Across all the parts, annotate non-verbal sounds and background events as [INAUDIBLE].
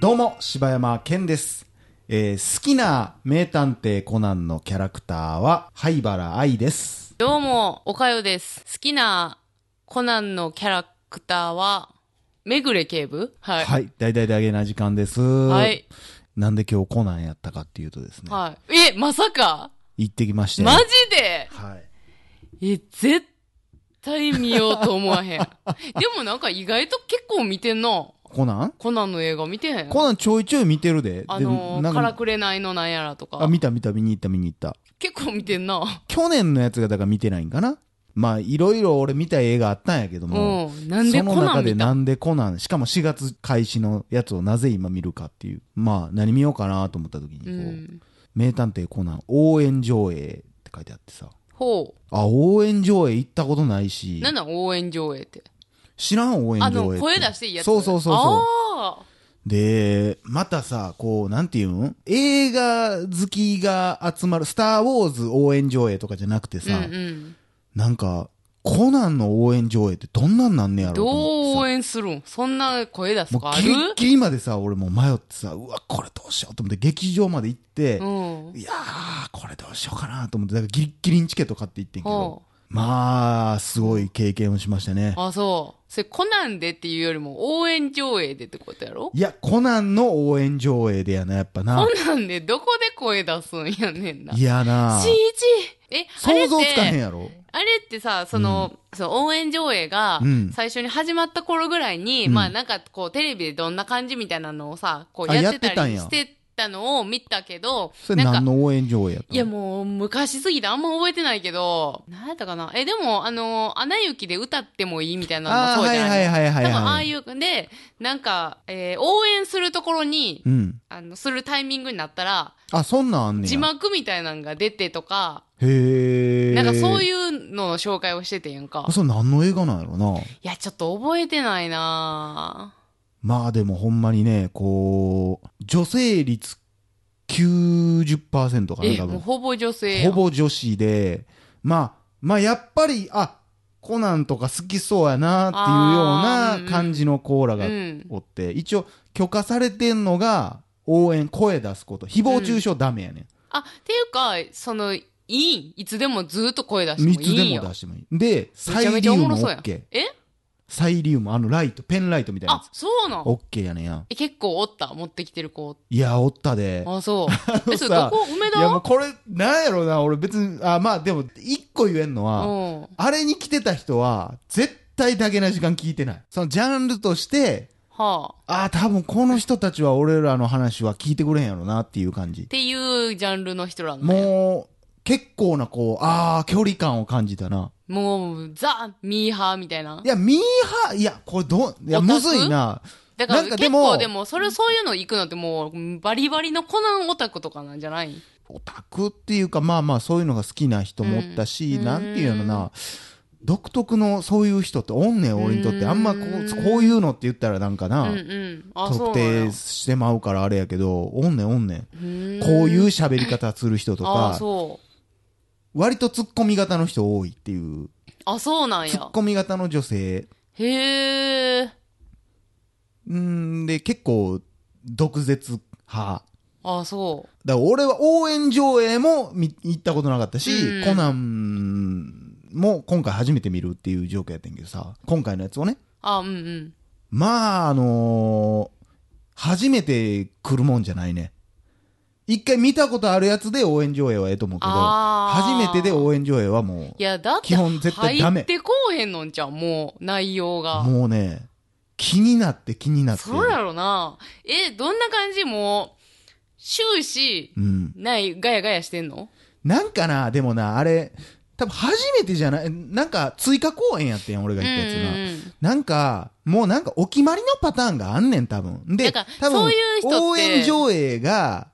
どうも、柴山健です。えー好きな名探偵コナンのキャラクターは、灰原愛です。どうも、おかよです。好きなコナンのキャラクターは、めぐれ警部はい。。はいい、大々大げな時間です。はい。なんで今日コナンやったかっていうとですね、はい。え、まさか行ってきまして、マジではい。え、絶対見ようと思わへん。で [LAUGHS] もなんか意外と結構見てんな。コナンコナンの映画見てへん。コナンちょいちょい見てるで。あでのなー、んからくれないのなんやらとあ、か。見た見た見に行った見に行った。結構見てんな。去年のやつがだから見てないんかなまあ、いろいろ俺見た映画あったんやけども、うん。なんでそのコナ中ンで見たなんでコナン、しかも4月開始のやつをなぜ今見るかっていう、まあ、何見ようかなと思った時にこうう、ん。名探偵コナン応援上映って書いてあってさ、ほあ、応援上映行ったことないしう。、なんなん応援上映って。知らん応援上あ映って。の、声出していいやつ。そうそうそうそう。ああ。で、またさ、こう、なんていうん映画好きが集まる、スター・ウォーズ応援上映とかじゃなくてさ、うんうん。なんか、コナンの応援上映ってどんなんなんねやろどうと思っ応て援するんそんな声出すさかもうあギるリッギリまでさ、俺もう迷ってさ、うわ、これどうしようと思って劇場まで行ってう、ん。いやー、これどうしようかなと思って、だからギリッギリにチケット買って行ってんけどほ、まあ、すごい経験をしましたね。あ、そう。それコナンでっていうよりも応援上映でってことやろいや、コナンの応援上映でやな、やっぱなコ。ナンでどこで声出すんやねんな。いやな CG! え、あれ想っ像つかへんて、やろ。あれってさ、その、その応援上映がうん最初に始まった頃ぐらいに、うんまあなんかこうテレビでどんな感じみたいなのをさ、こうあやってやってたたんりやしてたのを見たけど、それなんか何の応援上映やったのいやもう昔すぎてあんま覚えてないけど、何やったかなえ、でもあの、アナ雪で歌ってもいいみたいなのあもーそうはじいゃはないいのはいはい、は多い。分ああいう、で、なんか、えー応援するところに、うん。あの、するタイミングになったら、あ、そんなんあんねや。字幕みたいなのが出てとか、へえ。なんかそうう。いうのの紹介をしててんやんか。それ何の映画なんやろないや、ちょっと覚えてないなぁまあでもほんまにね、こう、女性率90%かな、え、多もう分。ほぼ女性ほやん。ぼ女子で、まあ、まあやっぱり、あ、コナンとか好きそうやなっあてーいううんよううんな感じのコーラうがん。おって、一応許可されてんのが、応援、声出すこと。誹謗中傷ダメやねん。あ、っていうか、その、いいん。いつでもずーっと声出していもついいんでよも。出してもいい。で、サめちゃイめリちゃウおもムろもそうやん OK。えサイリウム、あのライト、ペンライトみたいなやあつ。、そうなん OK やねんや。え、結構おった持ってきてる子。いや、おったで。あ、そう。の [LAUGHS] え、それさどこ梅いや、もう田これ、なんやろな、俺別に、あ、まあでも、一個言えんのは、うん。あれに来てた人は、絶対だけな時間聞いてない。そのジャンルとして、はあ。ああ、多分この人たちは俺らの話は聞いてくれへんやろなっていう感じっ。ていうジャンルの人らが。ももう、結構なこう、ああ、距離感を感じたな。う、ザ・ミーハーみたいな。いや、ミーハー、いや、これどう、いや、オタクむずいな。だからなんかで結も構でも、それ、そういうの行くのってもう、バリバリのコナンオタクとかなんじゃないオタクっていうか、まあまあ、そういうのが好きな人もおったし、うんなんていうのな、独特のそういう人っておんねん、俺にとって。うんあんまこう、こういうのって言ったらなんかうな、んうん。あ、そ特うなん定やしてまうからあれやけど、おんねんおんねん。うーんこういう喋り方する人とあ、か、そう。割と突っ込み型の人多いっていう、あ、そうなん突やっ。込み型の女性、へえ。うんで、結構、毒舌派。あ、そう。だから俺は応援上映も見行ったことなかったし、うんコナンも今回初めて見るっていう状況やってんけどさ、今回のやつをね、あ、うんうん。まあ、あのー初めて来るもんじゃないね。一回見たことあるやつで応援上映はええと思うけど、初あーめてで応援上映はもいや、だって、基本絶対ダメ入ってこうへんのんじゃん、もう、内容う、が。もうね、気になって気になって。そうやろな。え、どんな感じもう、終始、うん。ない、ガヤガヤしてんのなんかな、でもな、あれ、多分初めてじゃない、なんか追加公演やってん、俺うがんう言ったやつが。ん。なんか、もうなんかお決まりのパターンがあんねん、多分。で、なんか多分そういう人って応援上映が、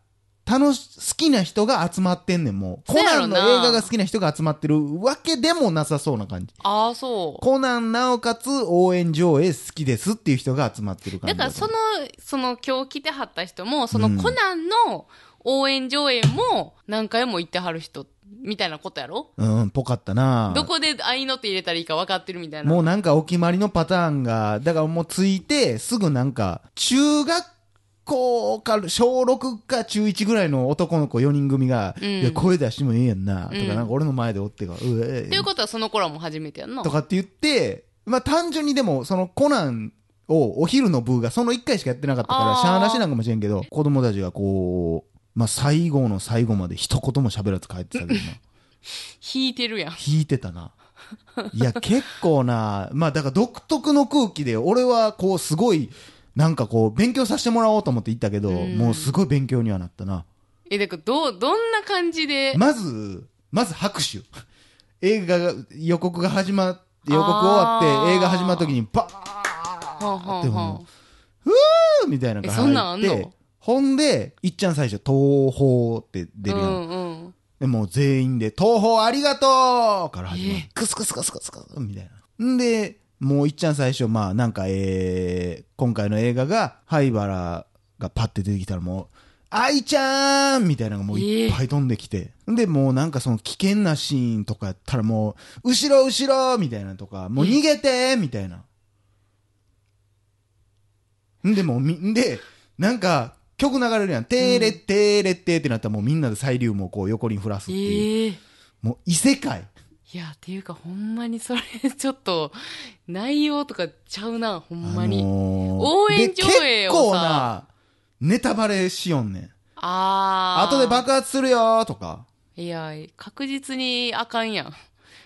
楽し、好きな人が集まってんねん、もう。そコうやナろンなの映画が好きな人が集まってるわけでもなさそうな感じ。ああ、そう。コナンなおかつ応援上映好きですっていう人が集まってる感だじだから、とそ思う。の、その、今日来てはった人も、そうのんコナンの応援上映も何回も行ってはる人みたいなことやろうん、ぽかったなどこで合いの手入れたらいいか分かってるみたいな。もうなんかお決まりのパターンが、だからもうついて、すぐなんか、中学校か、小6か中1ぐらいの男の子4人組が、うんいや、声出してもええやんな、とうんか、なんか俺の前でおってが、うえっていうことはその頃はもう初めてやんな。とかって言って、まあ単純にでも、そのコナンをお昼の部がその1回しかやってなかったかあら、ーしゃあなしなんかもしれんけど、子供たちがこう、まあ最後の最後まで一言も喋らず帰ってたけどな。引いてるやん。引いてたな。いや、結構な、まあだから独特の空気で、俺はこうすごい、なんかこう、勉強させてもらおうと思って行ったけど、うんもうすごい勉強にはなったな。え、だからどう、どんな感じで、まず、まず拍手。映画が、予告が始まって、予告終わっあーて、映画始まった時に、バはんはでんもはもん。ーンみたいなのがえそんなんあ入んっのて、ほんで、いっちゃん最初、東宝って出るやん。うんうん。で、もう全員で、東宝ありがとうから始まえる。クスクスクスクスクスみたいな。んで、もういっちゃん最初、まあなんか、えー、今回の映画が、灰原がパッて出てきたらもう、愛ちゃーんみたいなのがもういっぱい飛んできて。んで、もうなんかその危険なシーンとかやったらもう、後ろ後ろみたいなのとか、もう逃げてーみたいな。んで、もうみ、んで、なんか、曲流れるやん。てーれってーれってーってなったらもうみんなでサイリウムをこう横に振らすっていう。ええもう異世界。いや、っていうかほんまにそれ、ちょっと、内容とかちゃうな、ほんまに。あのー応援で上映をさ結構な、ネタバレしよんねん。あー。後で爆発するよーとか。いや、確実にあかんやん。い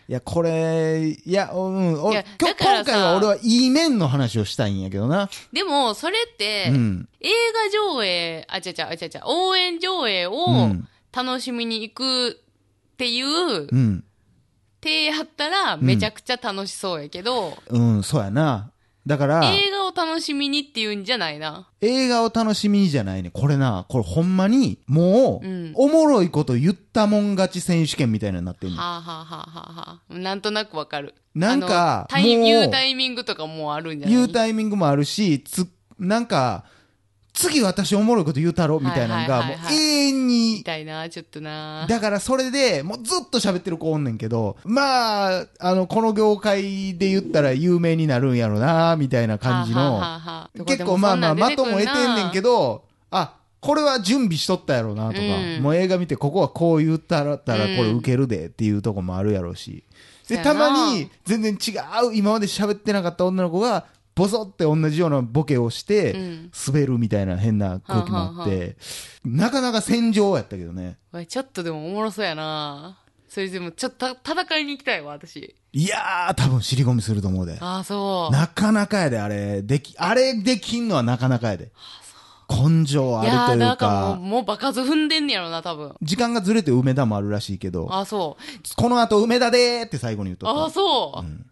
や、これ、いや、うん、おいや今日だから今さ回は俺はいい面の話をしたいんやけどな。でも、それって、うん。映画上映、あ、ちゃちゃ、あちゃちゃ、応援上映うをん。楽しみに行くっていううん。手やったら、めちゃくちゃ楽しそうやけど、うん、そうやな。だから、映画を楽しみにっていうんじゃないな。映画を楽しみにじゃないね。これな、これほんまに、もう、うんおもろいこと言ったもん勝ち選手権みたいなのになってんはの。あ、はあはあはあはあ、なんとなくわかる。なんかあのタイもう言うタイミングとかもうあるんじゃない言うタイミングもあるし、つ、なんか、次私おもろいこと言うたろみたいなのが、はいもはういはいはい永遠みに、たいな、ちょっとな。だからそれでもうずっと喋ってる子おんねんけど、まあ、あの、この業界で言ったら有名になるんやろな、みたいな感じはあのは、あはあはあ結構まあまあ、まとも得てんねんけど。ど、あ、これは準備しとったやろなとか、うんもう映画見てここはこう言ったら、たらうんこれ受けるでっていうとこもあるやろうし。そで、うやたなまに全然違う、今まで喋ってなかった女の子が、ボソって同じようなボケをして、うん滑るみたいな変な空気もあって、はんはなかなか戦場やったけどね。わちょっとでもおもろそうやな。それでも、ちょっとた戦いに行きたいわ、私。いやー、多分尻込みすると思うで。ああ、そう。なかなかやで、あれ。でき、あれできんのはなかなかやで。根性あいるやとー、いなうんかもう、か、もう爆発踏んでんねやろな、多分。時間がずれて梅田もあるらしいけど、ああ、そう。この後梅田でーって最後に言うとああ、った。そう、ん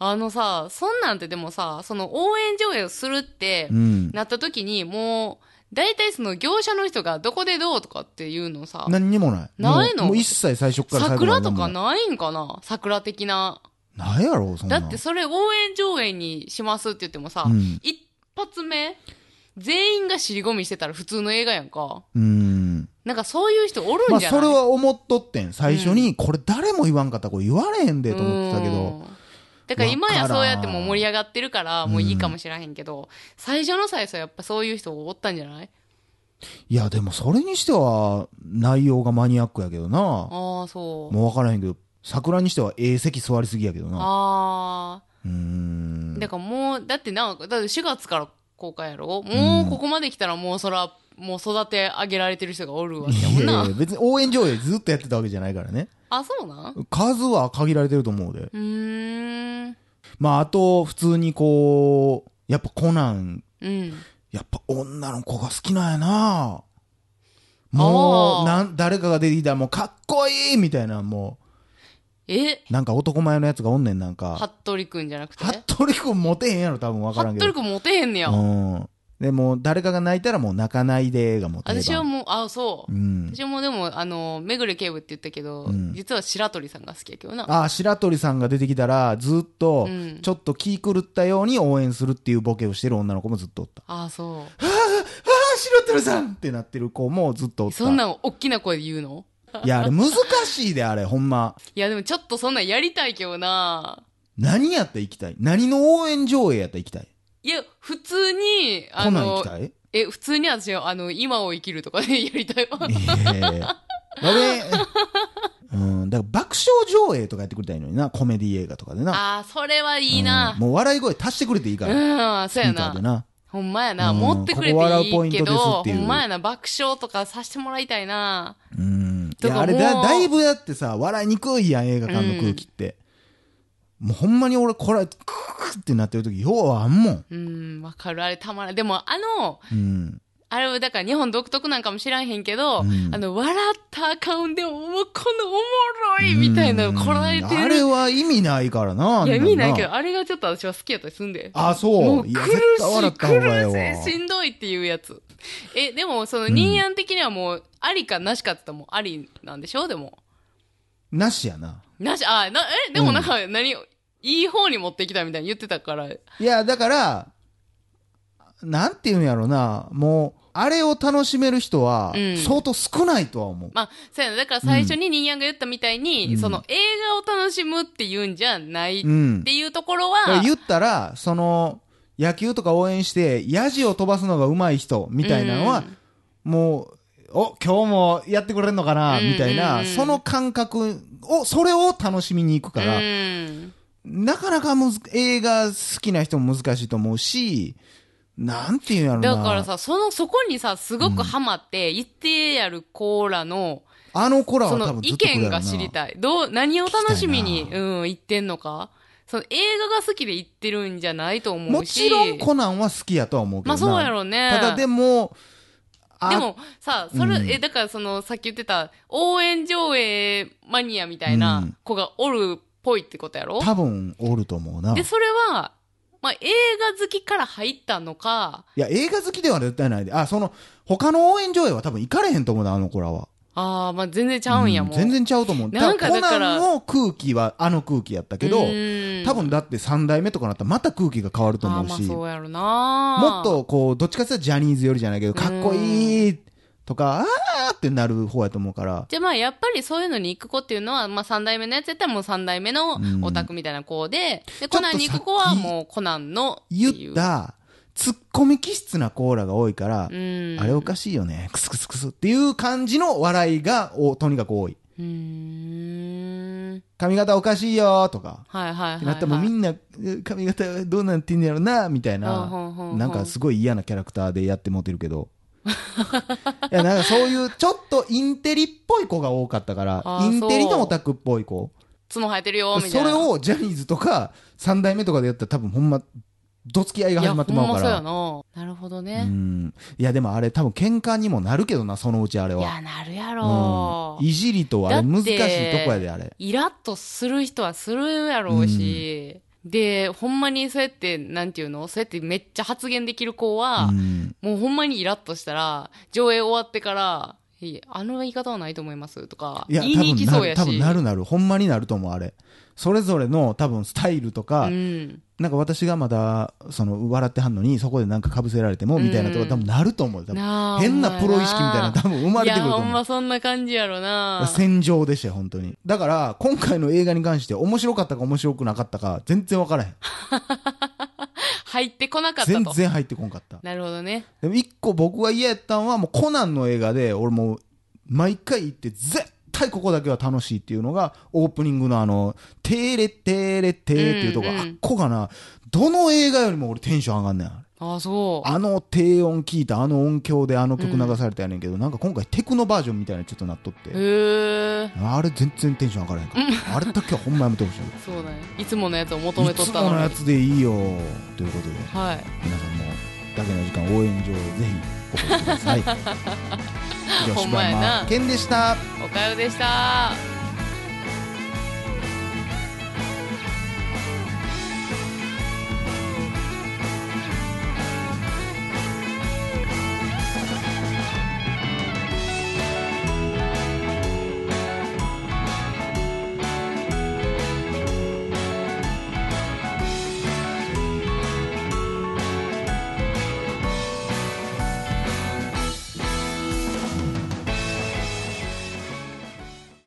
あのさ、そんなんてでもさ、その応援上映をするって、うん。なった時に、もう、大体その業者の人がどこでどうとかっていうのさ、何にもない。ないのもうもう一切最初から最後ま桜でと何もかないんかな桜的な。ない。ないやろ、そんだな。ってそれ応援上映にしますって言ってもさ、うん一発目、全員が尻込みしてたら普通の映画やんか。うん。なんかそういう人おるまんあ、じゃない、それは思っとってん。最初に、これ誰も言わんかった、これ言われへんでと思ってたけうど。ん。だから今やわからんそうやっても盛り上がってるから、もういいかもしらへんけど、最初の最初はやっぱそういう人おったんじゃないいや、でもそれにしては、内容がマニアックやけどな。ああ、そう。もう分からへんけど、桜にしてはええ席座りすぎやけどな。ああ。うーん。だからもう、だってなんか、だって4月から公開やろもうここまで来たらもうそら、もう育て上げられてる人がおるわけやもんいやいなや。別に応援上映ずっとやってたわけじゃないからね。あ、そうなんう数は限られてると思うで。ーん。まあ、あと、普通にこう、やっぱコナンうん。やっぱ女の子が好きなんやなもう、あーなん、誰かが出てきたらもうかっこいいみたいな、もえう、なんか男前のやつがおんねん、なんか。服部くんじゃなくて服部君モテへんやろ、多分わからん服けど。部くんモテへんねや。うん。でも、誰かが泣いたらもう泣かないでがモテれば私はもう、あ、そうう。ん。私もでも、あの、めぐれ警部って言ったけど、ん実は白鳥さんが好きやけどな。あー、白鳥さんが出てきたら、ずっとう、んちょっと気狂ったように応援するっていうボケをしてる女の子もずっとおった。ああ、そあー、白鳥さんってなってる子もずっとおっう。た。そんなん大きな声で言うのいや、あれ難しいで、あれ、ほんま。いや、でもちょっとそんなんやりたいけどな。何やったら行きたい何の応援上映やったら行きたいいや、普通に、あコナン行のき、たいえ、普通に私、あの、今を生きるとかでやりたいわ。いやいやいや俺、うん、だから爆笑上映とかやってくれたらいいのにな、コメディ映画とかでな。 [LAUGHS] ああ、それはいいなうん。もう笑い声足してくれていいから。うん、そうやスピーカーでな。な。ほんまやな。うん持ってくれてここ笑うポいイいンけトですど、っていうほんまやな。爆笑とかさせてもらいたいな。うん。いとかや、あれもだ、うだいぶだってさ、笑いにくいやん、映画館の空気って。もうほんまに俺、これ、クーってなってる時、ようあんもん。うん、わかる。あれたまらん。でも、あの、うん。あれはだから日本独特なんかも知らんへんけど、うんあの、笑ったアカウントで、おもこのおもろいみたいなのこらえてる。あれは意味ないからな。いや、あんん意味ないけど、あれがちょっと私は好きやったりすんで。あ、もそうう。苦いや、しい絶、対笑った方がええわ。苦しい、しんどいっていうやつ。え、でも、その、任案的にはもう、ありかなしかって言ったらもう、ありなんでしょでも。なしやな。なし、あ、な、え、でもなんか、何、いい方に持ってきたみたいに言ってたから、いや、だから、なんていうんやろな、もう、あれを楽しめる人はうん、相当少ないとは思う。まあ、そうやな。だから最初にニンヤンが言ったみたいに、うんその映画を楽しむっていうんじゃないっうん。ていうところだからは、言ったら、その、野球とか応援して、ヤジを飛ばすのが上手い人、みたいなのは、もう、お、今日もやってくれるのかな、うんみたいうんうな、んその感覚を、それを楽しみに行くからう、ん。なかなかむず映画好きな人も難しいと思うし、なんていうんやろな。だからさ、その、そこにさ、すごくハマって、一定やるコーラの、あの子らそは多の分ず意っと来るや見ろなが知りたい。どう、何を楽しみに聞き、たいうん、言ってんのか。その映画が好きで言ってるんじゃないと思もうちし。ろんコナンは好きやとは思うけどまあな。そうやろうね。ただでも、あでもさ、それ、うんえ、だからその、さっき言ってた、応援上映マニアみたいうなん子がおるっぽいってことやろ多分おると思うな。いで、それは、まあ映画好きから入ったのか、や、映画好きでは絶対ないで。あ、その、他の応援上映は多分行かれへんと思うな、あの子らは。ああ、まあ全然ちゃうんやうんもん。全然ちゃうと思う。なんかだからコナンの空気は、あの空気やったけど、うん多分だって3代目とかなったらまた空気が変わると思うあーし、まあそうやろなもっとこう、どっちかっていうとジャニーズよりじゃないけど、かっこいいとか、あーってなる方やと思うから、じゃあまあやっぱりそういうのに行く子っていうのは、まあ三代目のやつやったらもう三代目のオタクみたいな子で、で、コナンに行く子はもうコナンのて言いうった、ツッコミ気質なコーラが多いから、うん。あれおかしいよね。クスクスクスっていう感じの笑いがお、とにかく多い。うーん。髪型おかしいよとか。はいはいはい、はい。なったらもうみんなえー髪型どうなんてんねやろなみたいほんほんほんほな。んなんかすごい嫌なキャラクターでやってもうてるけ [LAUGHS] ど。いや、なんかそういうちょっとインテリっぽい子が多かったからあ、ーインテリのオタクっぽい子。角生えてるよ、みたそいな。れをジャニーズとか三代目とかでやったら多分ほんま、どつき合いが始まってまうかいらや、。ほんまそうやな。なるほどうね。ん。いや、でもあれ多分喧嘩にもなるけどな、そのうちあれいは。や、なるやろう、ん、いじりとあれだ難っしいてとこやであれイラッとする人はするやろうし。で、ほんまにそうやって、なんていうのそうやってめっちゃ発言できる子は、うんもうほんまにイラッとしたら、上映終わってから、いやあの言い方はないと思いますとか、いや言いに行きそうやし。多分なる多分なるなるほんまになると思うあれそれぞれの多分スタイルとか、うん。なんか私がまだその笑ってはんのにそこでなんかかぶせられてもみたいなとこうん多分なると思う多分なあ変なプロ意識みたいなの多分生まれてくるといや、ほん思うまそんな感じやろな。戦場でしたよ本当にだから今回の映画に関して面白かったか面白くなかったか全然分からへん入ってこなかった全と。然入ってこんかったなるほどね。でも一個僕が嫌やったんはもうコナンの映画で俺もう毎回行って絶対ここだけは楽しいっていうのがオープニングのあの「テーレテーレテー」っていうとこ、うんうんあっこがなどの映画よりも俺テンション上がんねんあれあ、そう。あの低音聞いたあの音響であの曲流されたやねんけど、なんか今回テクノバージョンみたいなのちょっとなっとって、へえ。あれ全然テンション上がらへんから、あれだけはほんまやめ [LAUGHS] てほしいそうだね。いつものやつを求めいとっつたもののやに。つでいいよということではい。皆さんもだけの時間応援上ぜひ [LAUGHS] お越しください以上ほんまやな柴山健でしたおかよでした。